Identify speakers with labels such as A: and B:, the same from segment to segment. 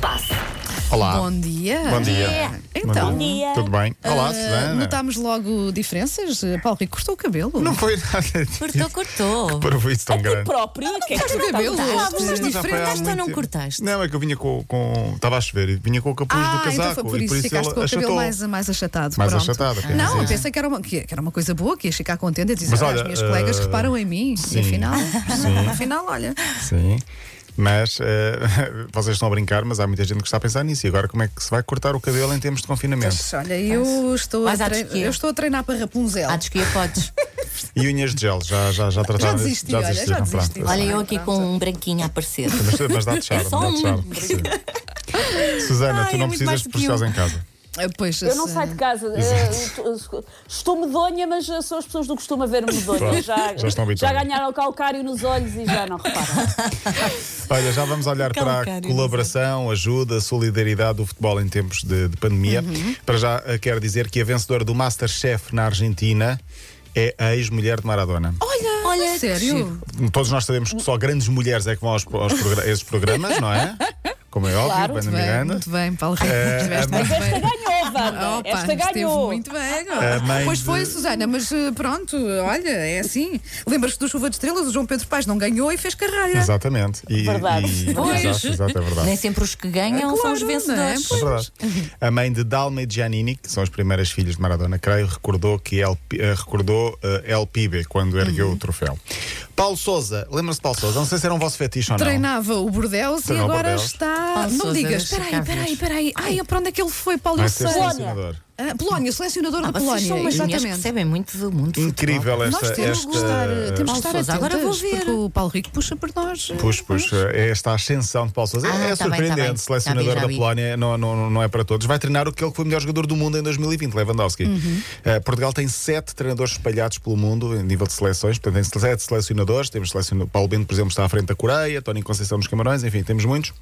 A: passa?
B: Olá.
C: Bom dia.
B: Ah. Bom dia.
A: É.
C: Então. Bom
A: dia.
B: Tudo bem? Olá,
C: Ah,
B: Susana.
C: Notámos logo diferenças. Eh, Paulo Rico cortou o cabelo.
B: Não foi nada.
A: Cortou, cortou.
B: Para o isso tão
A: Tu
B: grande.
A: próprio, que é que
C: cortaste
A: tu
C: o cabelo.
A: cortaste?
C: Mas já
A: Mas
C: foi
B: Já foi há
A: diferente,
B: é muito
A: ou não
B: tempo.
A: cortaste?
B: Não, é que eu vinha com. com- Estava a chover e vinha com o capuz
C: Ah,
B: do
C: então
B: casaco.
C: foi por
B: e
C: isso que ficaste
B: ele
C: com o cabelo
B: achatou.
C: mais, mais achatado.
B: Mais
C: pronto.
B: achatado, quem
C: Não,
B: diz
C: eu
B: isso?
C: pensei que era, uma, que que era uma coisa boa, que ias ficar contente e dizer,
B: Mas
C: olha,
B: olha,
C: as minhas colegas
B: ah,
C: reparam em mim.
B: sim.
C: E afinal,
B: Sim.
C: afinal, olha.
B: Sim. Mas eh, vocês estão a brincar, mas há muita gente que está a pensar nisso. E agora como é que se vai cortar o cabelo em termos de confinamento?
C: Mas, olha, eu estou, a
A: Mas há de
C: trein-
A: esquiar.
C: eu estou a treinar para Rapunzel.
A: Ah, desculpa, podes.
B: E unhas de gel, já, já, já trataram disso?
C: desisti, olha, já
B: desistiram, pronto.
C: desisti.
A: Olha, eu aqui com um branquinho a aparecer.
B: Mas, mas dá-te charo,
A: É só
B: dá-te
A: um.
B: charo. Sim. Susana,
A: Ai,
B: tu não
A: é muito mais
B: precisas
A: do
B: de
A: que eu.
B: estás em casa.
C: Ah, Pois,
D: Eu não
C: se-
D: saio de casa. Eh, Estou medonha, mas são as pessoas do costume a ver
B: Pronto,
D: medonha. Já,
B: já estão habituadas.
D: já ganharam o calcário nos olhos e já não reparam.
B: Olha, já vamos olhar para a
A: Calcário,
B: colaboração, ajuda, solidariedade do futebol em tempos de, de pandemia. Para já, eh, quero dizer que a vencedora do Masterchef na Argentina é a ex-mulher de Maradona.
A: Olha, olha. que
C: Sério?
A: giro.
B: Todos nós sabemos que só grandes mulheres é que vão aos, aos progra- a esses programas, não é? Como é óbvio,
D: Claro.
B: Ana
C: Bem,
B: Miranda.
C: muito bem, Paulo Rico,
B: Eh,
C: estiveste
B: a-
C: muito bem.
D: Esta ganhou, É, Wanda.
C: Opa,
D: Esta
C: esteve
D: ganhou.
C: muito bem.
A: Ah,
B: A mãe
C: pois
B: de-
C: foi, Susana, mas eh, pronto, olha, é assim. Lembras-te do Chuva de Estrelas? O João Pedro Paes não ganhou e fez carreira.
B: Exatamente. E,
D: Verdade.
B: e-
A: Pois.
B: exato, exato, é verdade.
A: Nem sempre os que ganham
C: Claro,
A: são os
C: não é?
A: vencedores.
B: É verdade. A mãe de Dalma e Giannini, que são as primeiras filhas de Maradona, creio, recordou que El, eh, recordou eh, El Pibe quando ergueu
C: Uhum.
B: o troféu. Paulo Souza, lembra-se de Paulo Souza? Não sei se era um vosso fetiche ou não.
C: Treinava o Bordeus e
B: Treinou o
C: agora
B: Bordeus.
C: está.
A: Paulo
C: não
A: Sousa,
C: digas,
A: Oh, deixa
C: peraí,
A: cá
C: peraí,
A: ver.
C: peraí. Ai, para onde é que ele foi, Paulo?
B: Vai
C: Eu
B: ser
C: sei.
B: selecionador.
C: Ah, Polónia, selecionador da
A: Vocês
C: Polónia,
A: são umas mulheres que
C: exatamente.
A: percebem muito do mundo. do
B: Incrível
A: futebol.
B: esta.
C: Nós temos eh,
B: esta...
C: que estar, temos que
A: Paulo
C: estar
A: Sousa,
C: atentas,
A: agora vou ver.
C: porque o Paulo Rico puxa por nós.
B: Pois, pois, é esta ascensão de Paulo Sousa.
A: Ah,
B: é
A: tá bem, tá
B: surpreendente.
A: bem.
B: Selecionador
A: Já vi, já
B: da
A: vi.
B: Polónia não, não, não é para todos. Vai treinar aquele que foi o melhor jogador do mundo em 2020, Lewandowski.
A: Uhum.
B: Eh, Portugal tem sete treinadores espalhados pelo mundo em nível de seleções. Portanto, tem sete selecionadores. Temos selecionador. Paulo Bento, por exemplo, está à frente da Coreia. Tony Conceição nos Camarões. Enfim, temos muitos.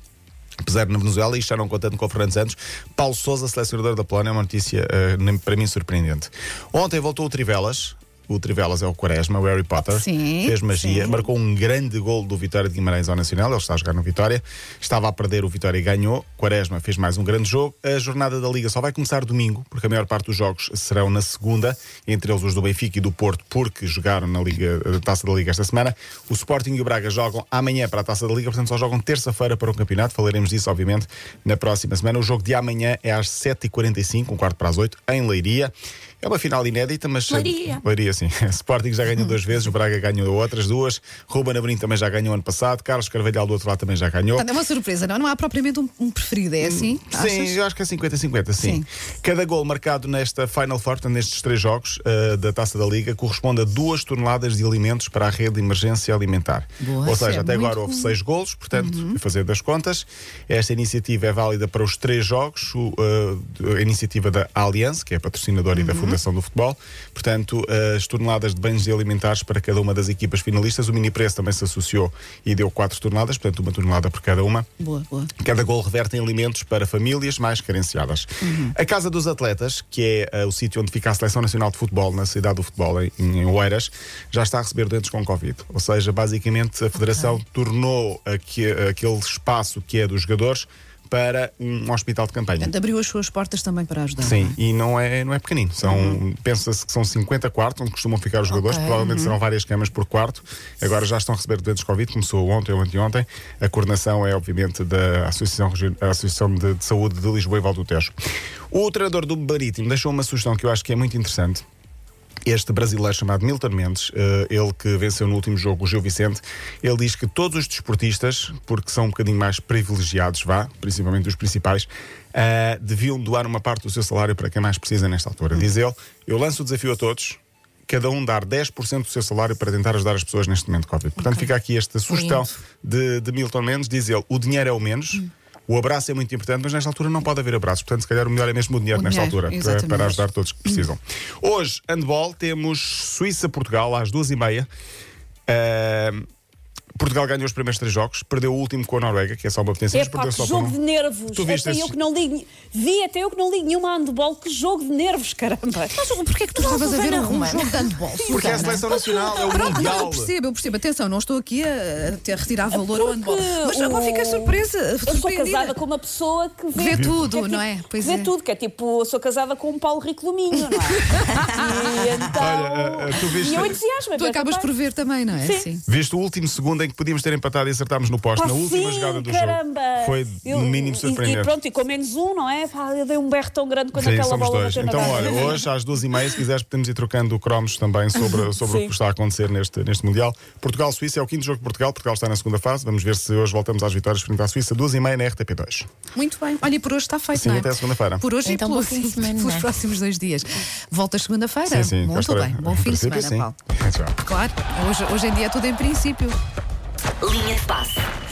B: Apesar de na Venezuela, isto já não contando com o Fernando Santos, Paulo Souza, selecionador da Polónia, é uma notícia eh, nem- para mim surpreendente. Ontem voltou o Trivelas. O Trivelas é o Quaresma, o Harry Potter.
C: Sim,
B: Fez magia,
C: sim.
B: marcou um grande gol do Vitória de Guimarães ao Nacional. Ele está a jogar no Vitória. Estava a perder o Vitória e ganhou. Quaresma fez mais um grande jogo. A jornada da Liga só vai começar domingo, porque a maior parte dos jogos serão na segunda, entre eles os do Benfica e do Porto, porque jogaram na Liga, eh, Taça da Liga esta semana. O Sporting e o Braga jogam amanhã para a Taça da Liga, portanto só jogam terça-feira para o campeonato. Falaremos disso, obviamente, na próxima semana. O jogo de amanhã é às 7h45, um quarto para as 8, em Leiria. É uma final inédita, mas.
A: Leiria.
B: Leiria, sim. Sporting já ganhou duas vezes, o Braga ganhou outras duas, Ruben Amorim também já ganhou ano passado, Carlos Carvalhal do outro lado também já ganhou.
C: Portanto, é uma surpresa, não, não há propriamente um, um preferido, é assim?
B: Sim,
C: Achas?
B: eu acho que é 50-50, sim.
C: Sim.
B: Cada gol marcado nesta Final Four, portanto, nestes três jogos uh, da Taça da Liga, corresponde a duas toneladas de alimentos para a rede de emergência alimentar. Ou
A: Boa, isso
B: seja,
C: é
B: até
C: muito Uhum.
B: agora houve seis golos, portanto, fazendo as contas, esta iniciativa é válida para os três jogos, o, uh, a iniciativa da Allianz, que é patrocinadora
C: Uhum.
B: e da Fundação do Futebol, portanto, uh, as toneladas de bens alimentares para cada uma das equipas finalistas, o mini preço também se associou e deu quatro toneladas, portanto, uma tonelada por cada uma.
C: Boa, boa.
B: Cada gol reverte em alimentos para famílias mais carenciadas. A Casa dos Atletas, que é ah, o sítio onde fica a Seleção Nacional de Futebol, na cidade do futebol, em, em Oeiras, já está a receber doentes com Covid. Ou seja, basicamente a Federação tornou aque- aquele espaço que é dos jogadores para um hospital de campanha.
C: Portanto, abriu as suas portas também para ajudar.
B: Sim, e não é, não é pequenino. São, pensa-se que são 50 quartos onde costumam ficar os jogadores,
A: Ok.
B: provavelmente serão várias camas por quarto. Agora já estão a receber doentes de Covid, começou ontem ou anteontem. A coordenação é, obviamente, da Associação, Regi- a Associação de, de Saúde de Lisboa e Val do Tejo. O treinador do Barítimo deixou uma sugestão que eu acho que é muito interessante. Este brasileiro chamado Milton Mendes, eh, ele que venceu no último jogo o Gil Vicente, ele diz que todos os desportistas, porque são um bocadinho mais privilegiados, vá, principalmente os principais, eh, deviam doar uma parte do seu salário para quem mais precisa nesta altura. Diz ele: Eu lanço o desafio a todos. Cada um dar 10% do seu salário para tentar ajudar as pessoas neste momento de Covid. Portanto, fica aqui esta sugestão de, de Milton Mendes. Diz ele: o dinheiro é o menos, o abraço é muito importante, mas nesta altura não pode haver abraços. Portanto, se calhar o melhor é mesmo o dinheiro
C: O
B: nesta
C: dinheiro,
B: altura para- para,
C: exatamente.
B: ajudar todos
D: Hum.
B: que precisam. Hoje, handball, temos Suíça-Portugal às duas e meia. Ahm, Portugal ganhou os primeiros três jogos, perdeu o último com a Noruega, que é só uma potência,
D: É
B: mas
D: pá,
B: perdeu
D: que
B: só
D: jogo
B: por
D: de
B: um.
D: nervos.
B: Tu viste
D: até eu
B: esse-
D: que não li. Vi até eu que não li nenhuma handball. Que jogo de nervos, caramba.
A: Mas porquê é que tu
C: Estavas a ver
A: Susana
C: um
A: Romana?
C: jogo de handball.
B: Porque é a
A: Susana.
B: seleção nacional, é o
C: Pronto, não, eu
B: mundial.
C: percebo, eu percebo. Atenção, não estou aqui a, a ter- retirar valor ao
D: Porque
C: handball. Mas agora
D: o-
C: fiquei surpresa.
D: Eu sou
C: surpreendida.
D: casada com uma pessoa que vê,
C: Vê tudo,
D: que tipo-
C: não é?
D: que
C: Pois
D: vê
C: é.
D: tudo, que é tipo, eu sou casada com um Paulo Rico Luminho, não é? e então.
B: Olha, ah, ah, tu viste-
D: E eu entusiasmo. é
C: Tu acabas por ver também, não é?
D: Sim.
B: Viste o último segundo em que podíamos ter empatado e acertámos no poste,
D: Pá,
B: na última
D: sim,
B: jogada do
D: caramba.
B: jogo. Foi
D: Eu-
B: no mínimo
D: e-
B: surpreendente.
D: E, pronto, e com menos um, não é? Pá, eu dei um berro tão grande quando
B: Sim,
D: aquela
B: somos
D: bola
B: dois.
D: bateu
B: Então,
D: na
B: olha,
D: barra.
B: hoje às duas e meia, se quiseres, podemos ir trocando cromos também sobre, sobre o
D: Sim.
B: que está a acontecer neste, neste Mundial. Portugal-Suíça é o quinto jogo de Portugal. Portugal está na segunda fase. Vamos ver se hoje voltamos às vitórias frente à Suíça. Duas e meia na RTP2.
C: Muito bem. Olha, e por hoje está feito,
B: Sim,
C: não é?
B: até segunda-feira.
C: Por hoje
A: Então,
C: e
A: bom
C: pelo,
A: fim de semana.
C: pelos próximos dois dias. Voltas segunda-feira?
B: cá
C: É, Muito
B: estarei.
C: bem. Bom
B: Em
C: fim de
B: princípio,
C: semana, Paulo.
B: sim. Tchau.
C: Claro, hoje, hoje em dia é tudo em princípio.
A: Linha de passe.